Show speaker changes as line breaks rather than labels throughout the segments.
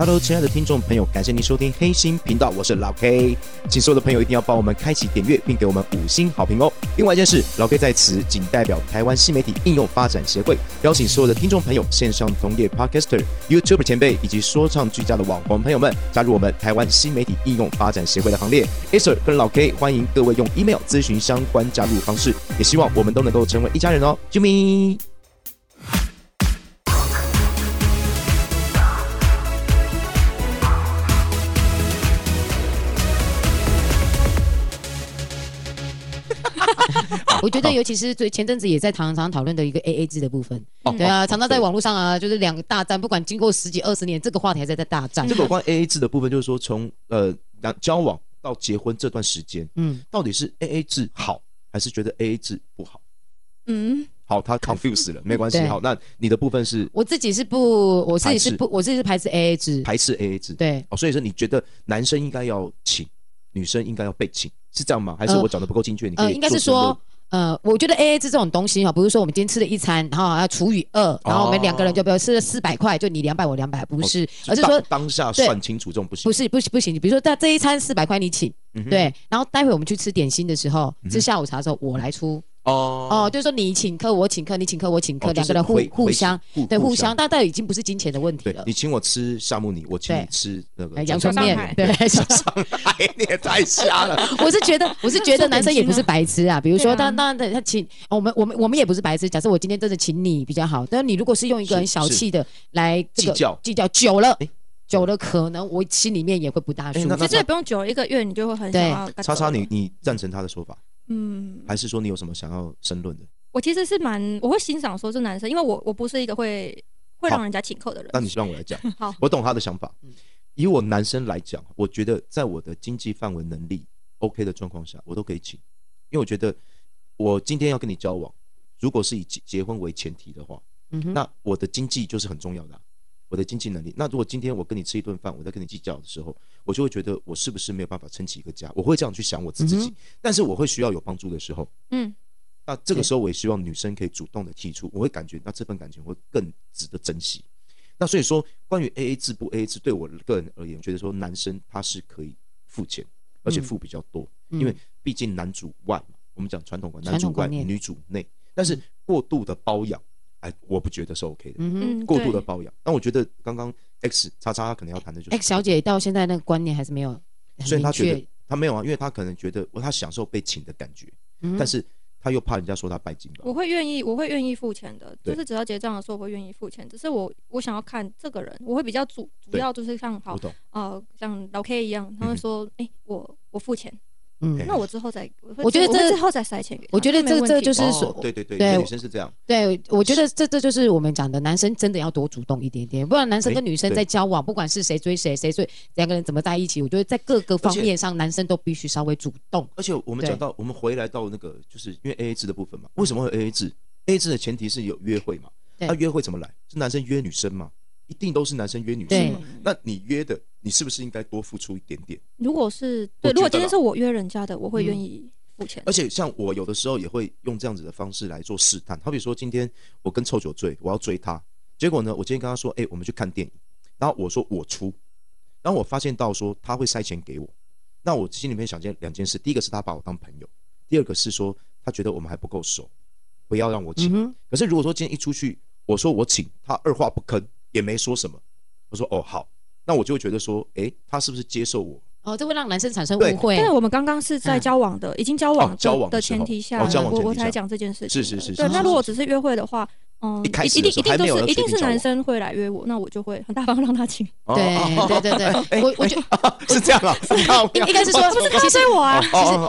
Hello，亲爱的听众朋友，感谢您收听黑心频道，我是老 K。请所有的朋友一定要帮我们开启点阅，并给我们五星好评哦。另外一件事，老 K 在此仅代表台湾新媒体应用发展协会，邀请所有的听众朋友、线上同业 Podcaster、YouTuber 前辈以及说唱俱佳的网红朋友们，加入我们台湾新媒体应用发展协会的行列。Acer 跟老 K 欢迎各位用 email 咨询相关加入方式，也希望我们都能够成为一家人哦。啾咪！
我觉得尤其是最前阵子也在常常讨论的一个 A A 制的部分，
哦
对啊，常常在网络上啊，就是两个大战，不管经过十几二十年，这个话题还在在大战
这。个有关 A A 制的部分，就是说从呃两交往到结婚这段时间，
嗯，
到底是 A A 制好，还是觉得 A A 制不好？
嗯，
好，他 confuse 了，没关系。
对
好，那你的部分是
我自己是不，我自己是
排斥
不，我自己是排斥 A A 制。
排斥 A A 制，
对，
哦，所以说你觉得男生应该要请，女生应该要被请，是这样吗？还是我讲的不够精确？你可
呃，
以
应该是
做深入
说，呃，我觉得 A A 制这种东西哈，不是说我们今天吃了一餐，然后要除以
哦
二，然后我们两个人就比如吃了四百块，就你两百我两百，不是，而呃是
当
说
当下
对
算清楚这种不行
不，是不行不行，比如说在这一餐四百块你请，
嗯哼
对，然后待会我们去吃点心的时候，
哼
吃下午茶的时候我来出，
哦
哦，就是说你请客，我请客，你请客，我请客，
哦就
两
是
个人互
回
互
回
相
互
对
互
互
相
相，但但已经不是金钱的问题
对
了
你。请我吃夏目尼，我请你
对
吃那个
哎阳春
上
面
海，
对，
哎，你也太瞎了，
我是觉得，我是觉得
做
男生
点
也
心
不是
啊
白痴啊。比如
对
说，
啊
当当然他请我们，我们我们也不是白痴。假设我今天真的请你比较好，但你如果是用一个
是
很小
是
气的来这个
计较
计较久了
哎，
久了可能我心里面也会不大
哎
舒
那
服
其。实也不用久，一个月你就会很想要。
叉叉，你，你赞成他的说法，
嗯，
还是说你有什么想要申论的？
我其实是蛮我会欣赏说这男生，因为我我不是一个会会让人家请客的人。
那你让我来讲
好，
我懂他的想法
嗯。
以我男生来讲，我觉得在我的经济范围能力 OK 的状况下，我都可以请，因为我觉得我今天要跟你交往，如果是以结结婚为前提的话，
嗯哼，
那我的经济就是很重要的啊、我的经济能力。那如果今天我跟你吃一顿饭，我在跟你计较的时候，我就会觉得我是不是没有办法撑起一个家？我会这样去想我自己，
嗯
但是我会需要有帮助的时候。
嗯，
那这个
对
时候，我也希望女生可以主动的提出，我会感觉到这份感情会更值得珍惜。那所以说，关于 A A 制不 A A 制，对我个人而言，觉得说男生他是可以付钱，而且付比较多，
嗯
因为毕竟男主外嘛，我们讲传统观，
传
男主
统
外
观念
女主内，但是过度的包养，哎，我不觉得是 OK 的，
嗯哼
嗯，
过度的
对
包养。但我觉得刚刚 X 叉叉可能要谈的就是
，X 小姐到现在那个观念还是没有很
所以
明
他觉
确
得。他没有啊，因为他可能觉得他享受被请的感觉，
嗯哦
但是他又怕人家说他拜金吧
我。会愿意，我会愿意付钱的，
对
就是只要结账的时候我会愿意付钱，只是我我想要看这个人，我会比较主主
对
要就是像好
我懂，
呃像老 K 一样，
嗯
他会
哼
说哎、诶我我付钱，
嗯
那我之后再我会
我觉得
我会
这
之后再塞钱给他，
我觉得
没
这
问
这
题
就是
哦
所
对对对，
对
有些女生是这样。
对，我觉得这这就是我们讲的，男生真的要多主动一点点，不然男生跟
诶
女生在
对
交往，不管是谁追谁，谁追两个人怎么在一起，我觉得在各个方
而且
面上，男生都必须稍微主动。
而且我们
对
讲到，我们回来到那个，就是因为 A A 制的部分嘛。为什么会 A A 制？A A 制的前提是有约会嘛？
对
那约会怎么来？是男生约女生嘛？一定都是男生约女
对
生嘛？那你约的，你是不是应该多付出一点点？
如果是
我
对，
觉
如果
得
今天
啦
是我约人家的，我会
嗯
愿意付钱。
而且像我有的时候也会用这样子的方式来做试探，好比说今天我跟臭酒醉，我要追他，结果呢，我今天跟他说，哎、我们去看电影，然后我说我出，然后我发现到说他会塞钱给我，那我心里面想件两件事，第一个是他把我当朋友，第二个是说他觉得我们还不够熟，不要让我请。
嗯哼，
可是如果说今天一出去，我说我请，他二话不吭，也没说什么，我说哦好，那我就会觉得说，哎、他是不是接受我？
哦，这会让男生产生
对
误会
但。是我们刚刚是在
嗯
交往的，已经交往
哦
的
交往的
的
时候
前提下，
哦交往
我
前
我
提下
才讲这件事情的。
是是是
对，
是
那
是
如果
是
只是约会的话，嗯，
一开
一
始
定
的
一
时候
定
还
都
没有
是
要
一定
确定
是
交往
男生会来约我，那我就会很大方让他请。
哦
对对对对，我我觉
是这样 啊，
应应该是说，其
他
实
追我啊，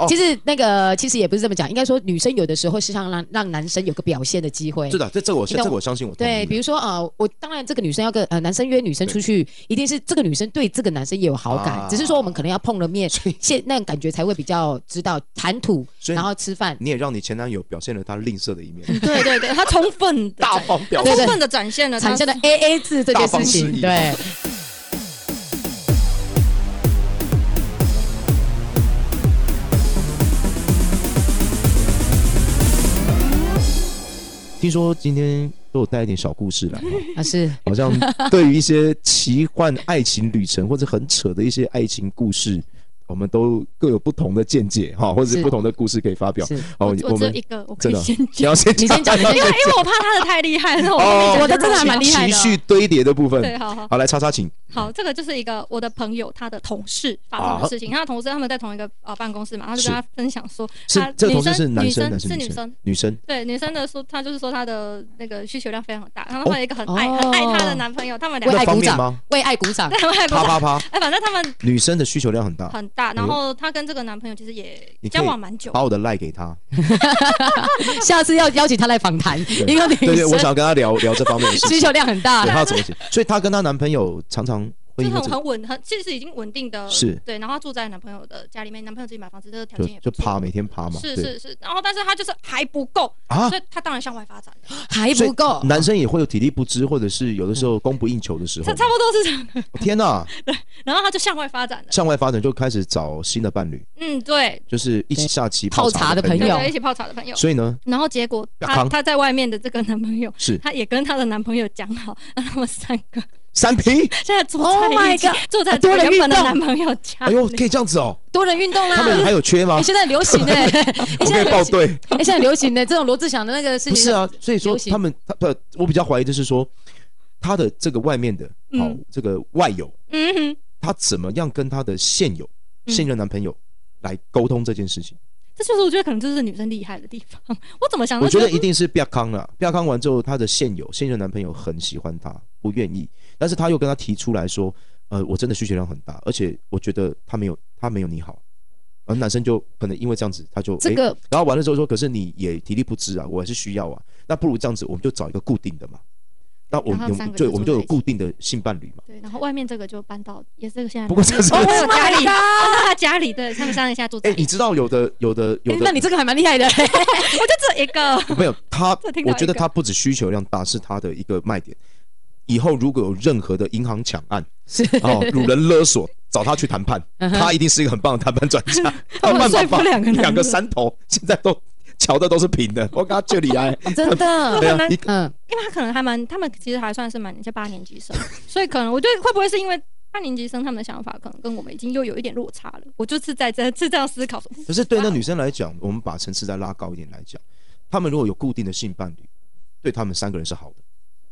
其实其实那个其实也不是这么讲，应该说女生有的时候是想让让男生有个表现的机会
是。的，这这我
你懂
这我相信我同意
对，比 如说呃，我当然这个女生要跟呃男生约女生出去，一定是这个女生对这个男生也有好感，
啊
只是说我们可能要碰了面，现那种感觉才会比较知道谈吐，
所以
然后吃饭。
你也让你前男友表现了他吝啬的一面，
对对对，他充分的
大
展，
方表
他
现
充
对对
分的展现了他
产生了 A A 制这件
大
事
方失
情，
意
对，
听说今天都有带一点小故事来哈，
啊是，
好像对于一些奇幻爱情旅程或者很扯的一些爱情故事，我们都各有不同的见解哈，或者是
是
不同的故事可以发表。
是
哦，
我只有
们
一个，我可以
真的
先
你
讲，
要先
你先讲，你先
因为
讲。
因为我怕他的太厉害，那我
哦
后面
我的
讲
真的还蛮厉害
情
的哦
绪堆叠的部
对，
分。
好好
好，来叉叉请
好，这个就是一个我的朋友他的同事发
啊
生的事情，他的同事他们在同一个呃办公室嘛，他就是跟他分享说，
是
他
这个同
女
事
生
是男
女
生
生
还是
是
女
女
生
生？
女生
对女生的说，她就是说她的那个需求量非常大，然后
哦
她有一个很爱、很爱她的男朋友，他们
为
两
那
个
爱
方
鼓
面
掌
吗，
为爱鼓掌。
在外
啪
国，
啪啪，
哎，反正他们
女生的需求量很大，
很大，然后她跟这个男朋友其实
你
也
可以
交往蛮久，
把我的赖给 他。
下次要邀请他来访谈，一个
对
女
对，我
生
想跟他聊聊这方面的 事
需
情，
求量很大
对，他要怎么写？所以她跟她男朋友常常
就
会
是
因为
很
这个
很稳，很其实已经稳定的，
是
对，然后她住在男朋友的家里面，男朋友自己买房子，这个条
就
件也
就
不
爬
错。
每天爬嘛，
是
对
是是，然后但是她就是还不够，
啊
所。以她当然向外发展了，
还
所以
不够。
男生也会有体力不支，或者是有的时候供不应求的时候
嗯
差。差不多是这样。
天哪，
然后她就向外发展了，
向外发展就开始找新的伴侣，
嗯，对，
就是一起下棋
泡
茶
茶的朋
对
友
对，一起泡茶的朋友。
所以呢，
然后结果
亚康
她她在外面的这个男朋友，
啊
是
她也跟她的男朋友讲好，让他们三个
三 P。
现在住
Oh
在
my
一起
god，
住在
多了
原本的
运动
男朋友家
哎
里。
呦，可以这样子哦，
多人运动啦
他，们还有缺吗
哎，？现在流行 哎，哎
我可
现在
以报
流行，
对，
哎，现在流行的这种罗志祥的那个事情
不是啊，所以说
流行
他们他不，我比较怀疑就是说他的这个外面的，好
嗯
这个外友，
嗯哼，
他怎么样跟他的现友、
嗯
现任男朋友来沟通这件事情？
这就是我觉得可能就是女生厉害的地方。我怎么想都
我觉得
不
一定是不要康了，不要康完之后，他的现友、现任男朋友很喜欢他，不愿意，但是他又跟他提出来说，呃，我真的需求量很大，而且我觉得他没有他没有你好，而男生就可能因为这样子，他就
这
诶
个
然后完了之后说，可是你也体力不支啊，我还是需要啊，那不如这样子，我们就找一个固定的嘛，那我们
然后他们三
有
个
就
就
我们就有
住在一起
固定的性伴侣嘛。
对，然后外面这个就搬到也是这个现在
不过这是
男朋友
Oh
家
my
里，
God
搬到他家里，对他们三人现在住在
哎、
一起。
你知道有的有的有
哎
的，
那你这个还蛮厉害的，
我就这一个，
没有 他
这听，到
我觉得
一个
他不止需求量大是他的一个卖点。以后如果有任何的银行抢 案，
是
哦，辱人勒索，找他去谈判，
嗯哼
他一定是一个很棒的谈判专 家，他有办法
说
把
服两个男人
两个山头现在都瞧的都是平的，我跟 他这里来，
真的，
对啊，
难
一
嗯，
因为他可能还蛮，他们其实还算是蛮人家八年级生，所以可能我觉得会不会是因为八年级生他们的想法可能跟我们已经又有一点落差了。我就是在这是这样思考说，
可是对那女生来讲，我们把层次再拉高一点来讲，他们如果有固定的性伴侣，对他们三个人是好的，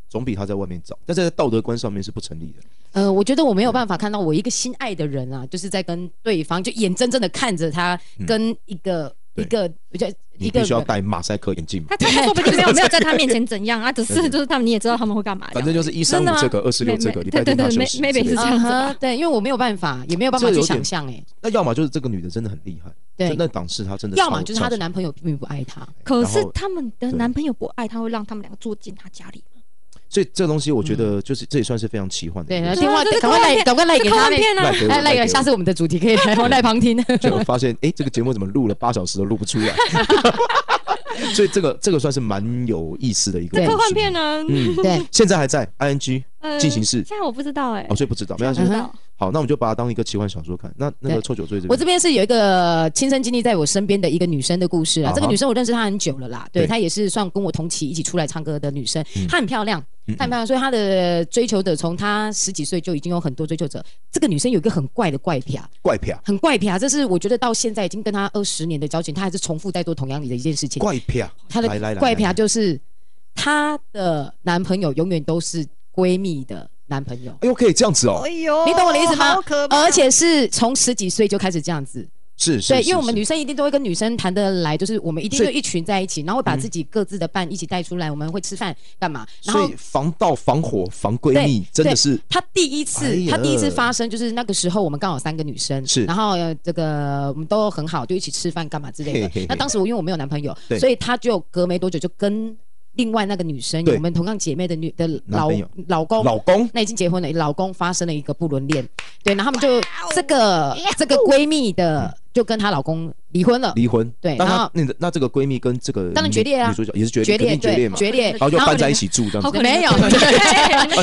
总比他在外面找，但是在道德观上面是不成立的。
呃，我觉得我没有
嗯
办法看到我一个心爱的人啊，就是在跟对方就眼睁睁的看着他
嗯
跟一个
对
一个，我觉得
你
一个
必须要
人，
戴马赛克眼镜嘛，
他他说不定没有没有在他面前怎样啊，只是就是他们你也知道他们会干嘛这
反
样，
正就是一三
真的
五
吗
这个，二四六
没
这个，
没
礼拜
对
天
对
他
对
休
没
息之类
没
的。
每次这样子吧
嗯哼对，因为我没有办法，也没有办法
这有
去
点
想象，哎，
那要么就是这个女的真的很厉害，
对
就那档次她真的超，
要么就是她的
超
男朋友并不爱她，
可
然
是
后
他们
对
的男朋友不爱他，会让他们两个住进他家里。
所以这个东西我觉得就是、这也算是非常奇幻的
嗯对，
一
然
个东西。
后电话
这是
赶快
科幻
赖，赶快赖给
片这科
他
幻
那
片啊
赖，给我
赖赖给我，下次我们的主题可以来赖旁 听，
结果发现，哎、这个节目怎么录了八小时都录不 出来，所以这个这个算是蛮有意思的一个
对
故事
科幻片呢？
嗯，
对，
现在还在 ing
呃
进行式
现在我不知道哎、
哦，所以不知道，没关系
不知。
嗯
道。
好，那我们就把它当一个奇幻小说看。那那个
对
臭酒醉这
我
边
这边是有一个亲身经历在我身边的一个女生的故事
啊
啊
哈，
这个女生我认识她很久了啦，对
对
她也是算跟我同期一起出来唱歌的女生
嗯，
她很漂亮，
嗯
她很漂亮，所以她的追求者从她十几岁就已经有很多追求者。这个女生有一个很怪的怪癖啊，
怪癖啊，
很怪癖啊，这是我觉得到现在已经跟她二十年的交情，她还是重复在做同样的一件事情。
怪癖啊，
她
来来来
的怪癖啊
来
就是她的男朋友永远都是闺蜜的男朋友，
哎呦，可以这样子哦，
呦
你懂我的意思吗
好可怕
而且是从十几岁就开始这样子。
是是，
对，
是
因为我们
是
女生一定都会跟女生谈得来，就是我们一定
所
就
以
一群在一起，然后会把
嗯
自己各自的伴一起带出来，我们会吃饭干嘛？然
所
后
以防盗、防火、防闺蜜
对
真的是
她第一次
哎，呀
她第一次发生就是那个时候我们刚好三个女生，
是
然后呃这个我们都很好，就一起吃饭干嘛之类
嘿嘿嘿
的。那当时我因为我没有男朋友
对，
所以她就隔没多久就跟另外那个女生，
对
我们同样姐妹的女的
男
老
朋友
老公，
老公
那已经结婚了，老公发生了一个不伦恋，对，然后他们就这个这个闺蜜的就跟她老公离婚了，
离婚。
对
那
然
她
后
那个那这个闺蜜跟这个
当然决裂啊
女主角也是决
决
肯
裂，
定决裂
对，
嘛，
决裂
然
然，
后就搬在一
起。
起住这样
好
子。
可怜
没 有
对我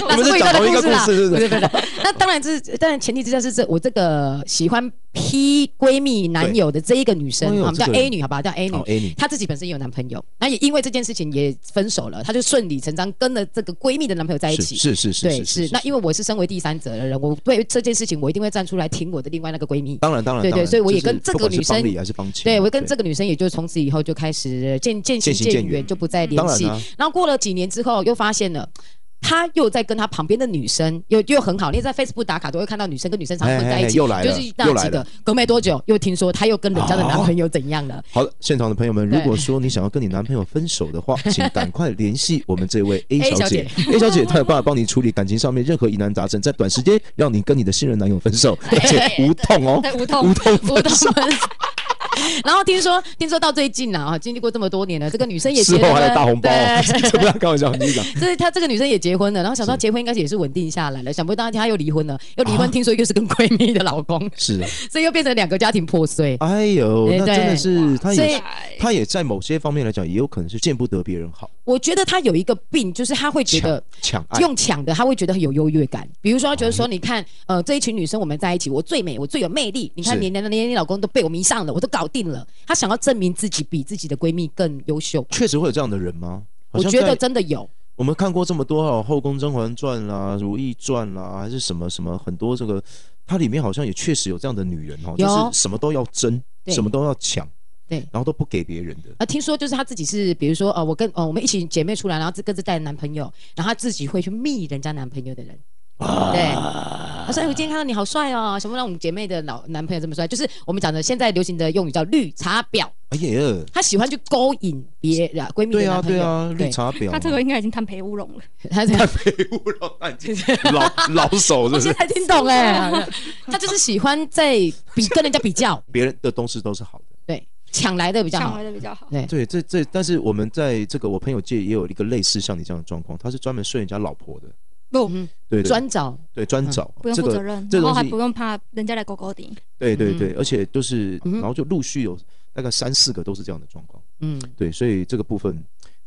啊
们
你们
是
在讲同一个故事，是不
不
是？
是不是，那当然这是，当然前提之下是这我这个喜欢 P 闺蜜男友的这一个女生
哎，呦
我们叫
这个
A 女，好吧，叫 A 女
好。，Annie，
她自己本身也有男朋友，那也因为这件事情也分手了，她就顺理成章跟了这个闺蜜的男朋友在一起。
是是是
对，
是
是。那因为我是身为第三者的人，我对这件事情我一定会站出来挺我的另外那个闺蜜。
当然当然，
对对
当然
所以我也
就是
跟这
不管
个女
是帮
生
理还是帮情，
对，我跟
个
这个女生也就从此以后就开始渐渐行
渐行渐
渐
远
远，就不再联
当然
系。
啊，
然后过了几年之后，又发现了。他又在跟他旁边的女生又又很好，你也在 Facebook 打卡都会看到女生跟女生常
哎
混在
哎
一
哎
起，
又来
就
了
是，
又
那
来
几
了
个。隔没多久，又听说她又跟人家的男朋友怎样了。
好的，现场的朋友们，
对
如果说你想要跟你男朋友分手的话，请赶快联系我们这位 A 小姐。A 小姐她有办法帮你处理感情上面任何疑难杂症，在短时间让你跟你的新任男友分手，而且无痛哦，
对无痛
无痛
我
分
的
手。
妈 然后听说，听说到最近呢，啊，经历过这么多年了，这个女生也
事
结
后
婚
还有大红包哦，
对
这不要开玩笑，你 讲。
就是她这个女生也结婚了，然后想到
是
结婚应该也是稳定下来了，想不到她又离婚了，又
啊
离婚，听说又是跟闺蜜的老公，
是啊，
所以又变成两个家庭破碎。
哎呦，
哎
那真的
对
是，她
所
也
以
是她也在某些方面来讲，也有可能是见不得别人好，
我觉得她有一个病，就是她会觉
抢
得
抢爱。
用抢的，他会觉得很有优越感。比如说，他觉得说，你看，呃，这一群女生我们在一起，我最美，我最有魅力。你看，
是
连连连你老公都被我迷上了，我都搞定了。她想要证明自己比自己的闺蜜更优秀。
确实会有这样的人吗？好
我
像
觉
在
得真的有，
我们看过这么多哦，《后宫甄嬛传》啦，《如懿传》啦，还是什么什么很多这个，它里面好像也确实有这样的女人哦，就
有
是什么都要争，
对
什么都要抢，
对
然后都不给别人的。
啊，听说就是她自己是，比如说，呃，我跟呃我们一起姐妹出来，然后各自带男朋友，然后她自己会去蜜人家男朋友的人。
啊
对，她说：“哎，我今天看到你好帅哦，什么让我们姐妹的老男朋友这么帅？就是我们讲的现在流行的用语叫绿茶婊，
哎呀，
她喜欢去勾引别人闺蜜的
对
男
啊
朋友。
对 啊，绿
对
茶婊啊，
他这个应该已经看陪乌龙了，
她这样
被污染案件老 老手是
我
不
现
是？
在听懂哎、他就是喜欢在比跟人家比较，
别人的东西都是好的。
对，抢来的比较
抢
好
回。的比较好。
对，
对，这这，但是我们在这个我朋友界也有一个类似像你这样的状况，他是专门睡人家老婆的，
不，
嗯，
对对
专嗯找
对，专找
不用
这
负责
个，
任，
这
然
个
后还
东西
不用怕人家来勾勾顶。
对对
嗯
对，而且就是，
嗯哼
然后就陆续有大概三四个都是这样的状况。
嗯，
对，所以这个部分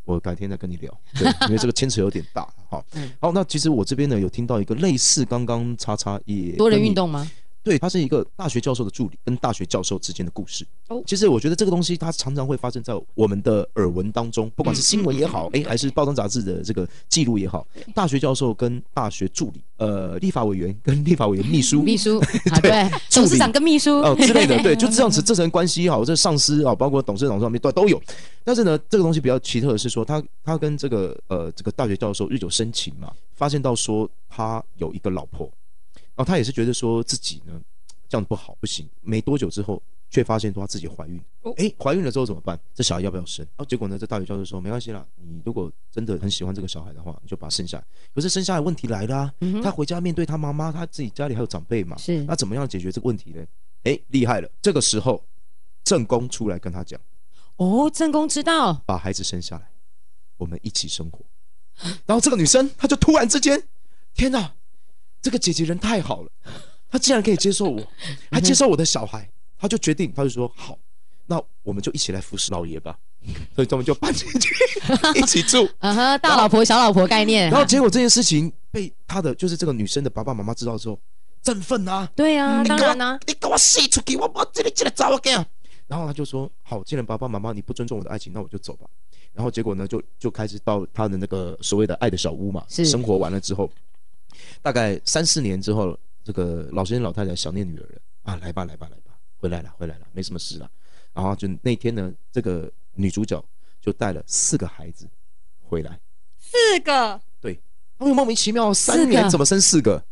我改天再跟你聊，对，因为这个牵扯有点大。好
嗯，
好，那其实我这边呢有听到一个类似刚刚叉叉也
多人
跟你
运，动吗？
对，他是一个大学教授的助理跟大学教授之间的故事。
哦
其实我觉得这个东西它常常会发生在我们的耳闻当中，不管是新闻也好，哎、还是报章杂志的这个记录也好，大学教授跟大学助理，呃，立法委员跟立法委员秘书，
秘书啊，对，
助理
董事长跟秘书
哦之类的，对，就这样子这层关系哈，这上司啊，包括董事长上面都都有。但是呢，这个东西比较奇特的是说，他他跟这个呃这个大学教授日久生情嘛，发现到说他有一个老婆，然后他也是觉得说自己呢这样不好不行。没多久之后，却发现说他自己怀孕
哦。
哎，怀孕了之后怎么办？这小孩要不要生？哦然后结果呢，这大学教授说没关系啦，你如果真的很喜欢这个小孩的话，你就把他生下来。可是生下来问题来啦、
嗯哼
他回家面对他妈妈，他自己家里还有长辈嘛，
是
那怎么样解决这个问题呢？哎，厉害了！这个时候，正宫出来跟他讲，
哦，正宫知道，
把孩子生下来，我们一起生活。然后这个女生，她就突然之间，天哪，这个姐姐人太好了，她竟然可以接受我，还接受我的小孩，她就决定，她就说好，那我们就一起来服侍老爷吧。所以他们就搬进去一起住。
啊哈，大老婆小老婆概念
然，后结果这件事情被她的就是这个女生的爸爸妈妈知道之后，振奋啊，
对啊，
你
当
给我
然 啦，
你给我洗出去，我我这里这里找我干。然后他就说：“好，既然爸爸妈妈你不尊重我的爱情，那我就走吧。”然后结果呢，就就开始到他的那个所谓的爱的小屋嘛，
是
生活完了之后，大概三四年之后，这个老先生老太太想念女儿了啊，来吧来吧来吧，回来了回来了，没什么事了。然后就那天呢，这个女主角就带了四个孩子回来，
四个
他们莫名其妙
四
三
个
年怎么生四个？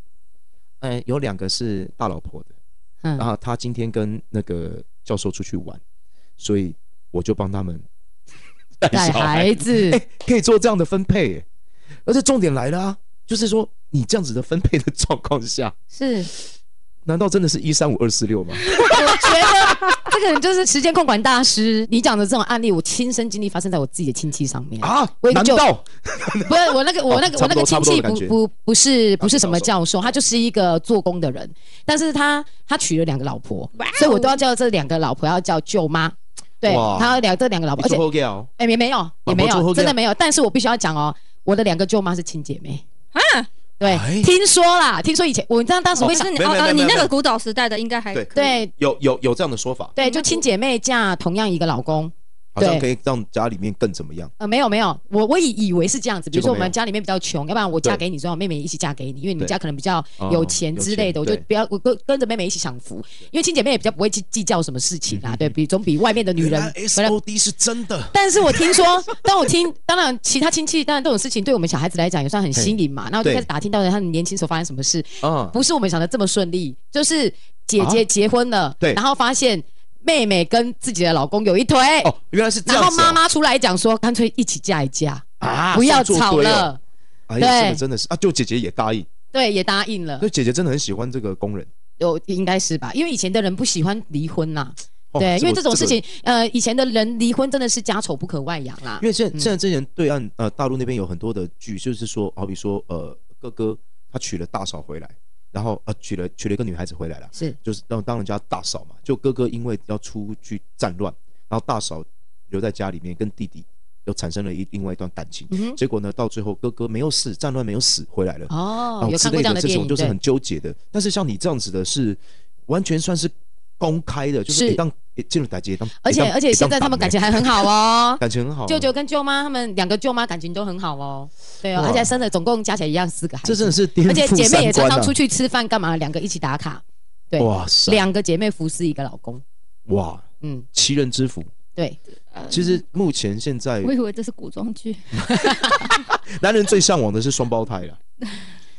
哎，有两个是大老婆的。
嗯
然，后他今天跟那个教授出去玩，所以我就帮他 们带
带
小孩，
孩子
哎、，可以做这样的分配耶。而且重点来了啊，就是说你这样子的分配的状况下，
是
难道真的是一三五二四六 吗？
我觉得 这个人就是时间控管大师。你讲的这种案例，我亲身经历发生在我自己的亲戚上面。
啊
我，
难
就
道
不是我那个我那个、
哦
我那
差不多
个亲戚
差不多的感
不
觉啊
不不是不是什么
教
教授，他就是一个做工的人，但是他他娶了两个老婆
哇哦，
所以我都要叫这两个老婆要叫舅妈。对
哇，
他要两这两个老
你
婆，而且
做后 gay 哦
哎也没有也没
老婆做后啊
有
面
真的没有，但是我必须要讲哦，我的两个舅妈是亲姐妹。
啊，
对
哎，
听说啦，听说以前我当当时
不
会想
是你
没有
哦
没有没
哦，
有
你
没
那
有
个古早时代的应该还
对
可以
对
有有有这样的说法，
对，就亲姐妹嫁同样一个老公。
好像
对
可以让家里面更怎么样？
呃，没有没有，我我以以为是这样子，比
结
如
果
说
没有
我们家里面比较穷，要不然我嫁
对
给你，所以我妹妹也一起嫁给你，因为
对
你们家可能比较
哦
有钱之类的，
有
我
钱
就不要我跟跟着妹妹一起享福，因为亲姐妹也比较不会去计较什么事 情啊，对比总比外面的女人回来。
D 是真的，
但是我听说， 当我听，当然其他亲戚，当然这种事情对我们小孩子来讲也算很新颖嘛，然后就
对
开始打听到底他们年轻时候发生什么事，
啊，
不是我们想的这么顺利，就是姐姐结婚了，
哦对
然后发现妹妹跟自己的老公有一腿，
哦，原来是这
然
样
后
子哦
妈妈出来讲说，干脆一起嫁一嫁，
啊，
不要
是做
吵
堆哦
了。
哎呀，
对嗯
真的真的是啊，就姐姐也答应，
对，也答应了
所，以姐姐真的很喜欢这个工人。
有应该是吧？因为以前的人不喜欢离婚呐、
哦
对，因为
个
这种事
个
情，呃，以前的人离婚真的是家丑不可外扬啦
因。为现在
嗯
现在之前对岸呃大陆那边有很多的剧，就是说好比说呃哥哥他娶了大嫂回来，然后呃娶了娶了一个女孩子回来了，
是
就是让当人家大嫂嘛，就哥哥因为要出去战乱，然后大嫂留在家里面跟弟弟又产生了一另外一段感情，
嗯哼
结果呢到最后哥哥没有死，战乱没有死回来了，
哦
哦，
有
之
看过
类
这样
的
的
这
电
种
影，
就是
对
很，纠结的。但是像你这样子的是完全算是公开的，就是
是
也当也进入打击，也当。
而且而且现在他们感情还很好哦
感情很好，啊
舅舅。跟舅妈他们两个舅妈感情都很好哦，对哦，
哇
而且还生了总共加起来一样四个孩子，
这真的是颠覆
而且姐妹也常常出
去，
去吃饭干嘛，两个一起打卡，对，
哇塞，
两个姐妹服侍一个老公，
哇，
嗯，
奇人之福。
对，
呃
其实目前现在
我以为这是古装剧，
男人最向往的是双胞胎了，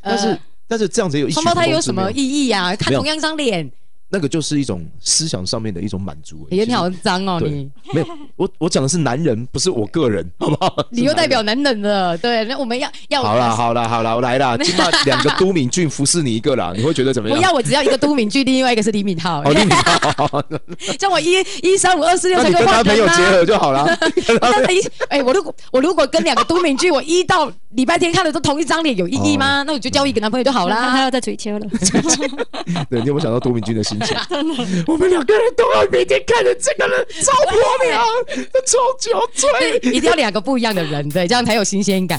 但是
呃
但是这样子有一
双胞胎
群
有
同志
什么
没有
意义啊？看
没有
同样一张脸，
那个就是一种思想上面的一种满足而已。
哎呀，
其
你
实
好脏哦
对
你。
没有，我我讲的是男人，不是我个人，好不好？
你又代表男人了，对，那我们要要
好啦，好啦，好啦，我来啦！今晚两个都敏俊服侍你一个啦，你会觉得怎么
不
样？
要我只要一个都敏俊，另外一个是李敏镐
好，，你 好，
像我一一三五二四六
哦那
才
你
可以
跟他
换
朋
人
友结
啊。
合就好了。
我当然一哎，我如果我如果跟两个都敏俊，我一到礼拜天看的都同一张脸，有意义
哦
吗？那我就交一个男朋友就好
好啦，
啦
还。 要再嘴切了。
对，你有没有想到都敏俊的心情？我们两个人都要每天看着这个人啊超婆娘，超酒醉。
一定要两个不一样的人，对，这样才有新鲜感。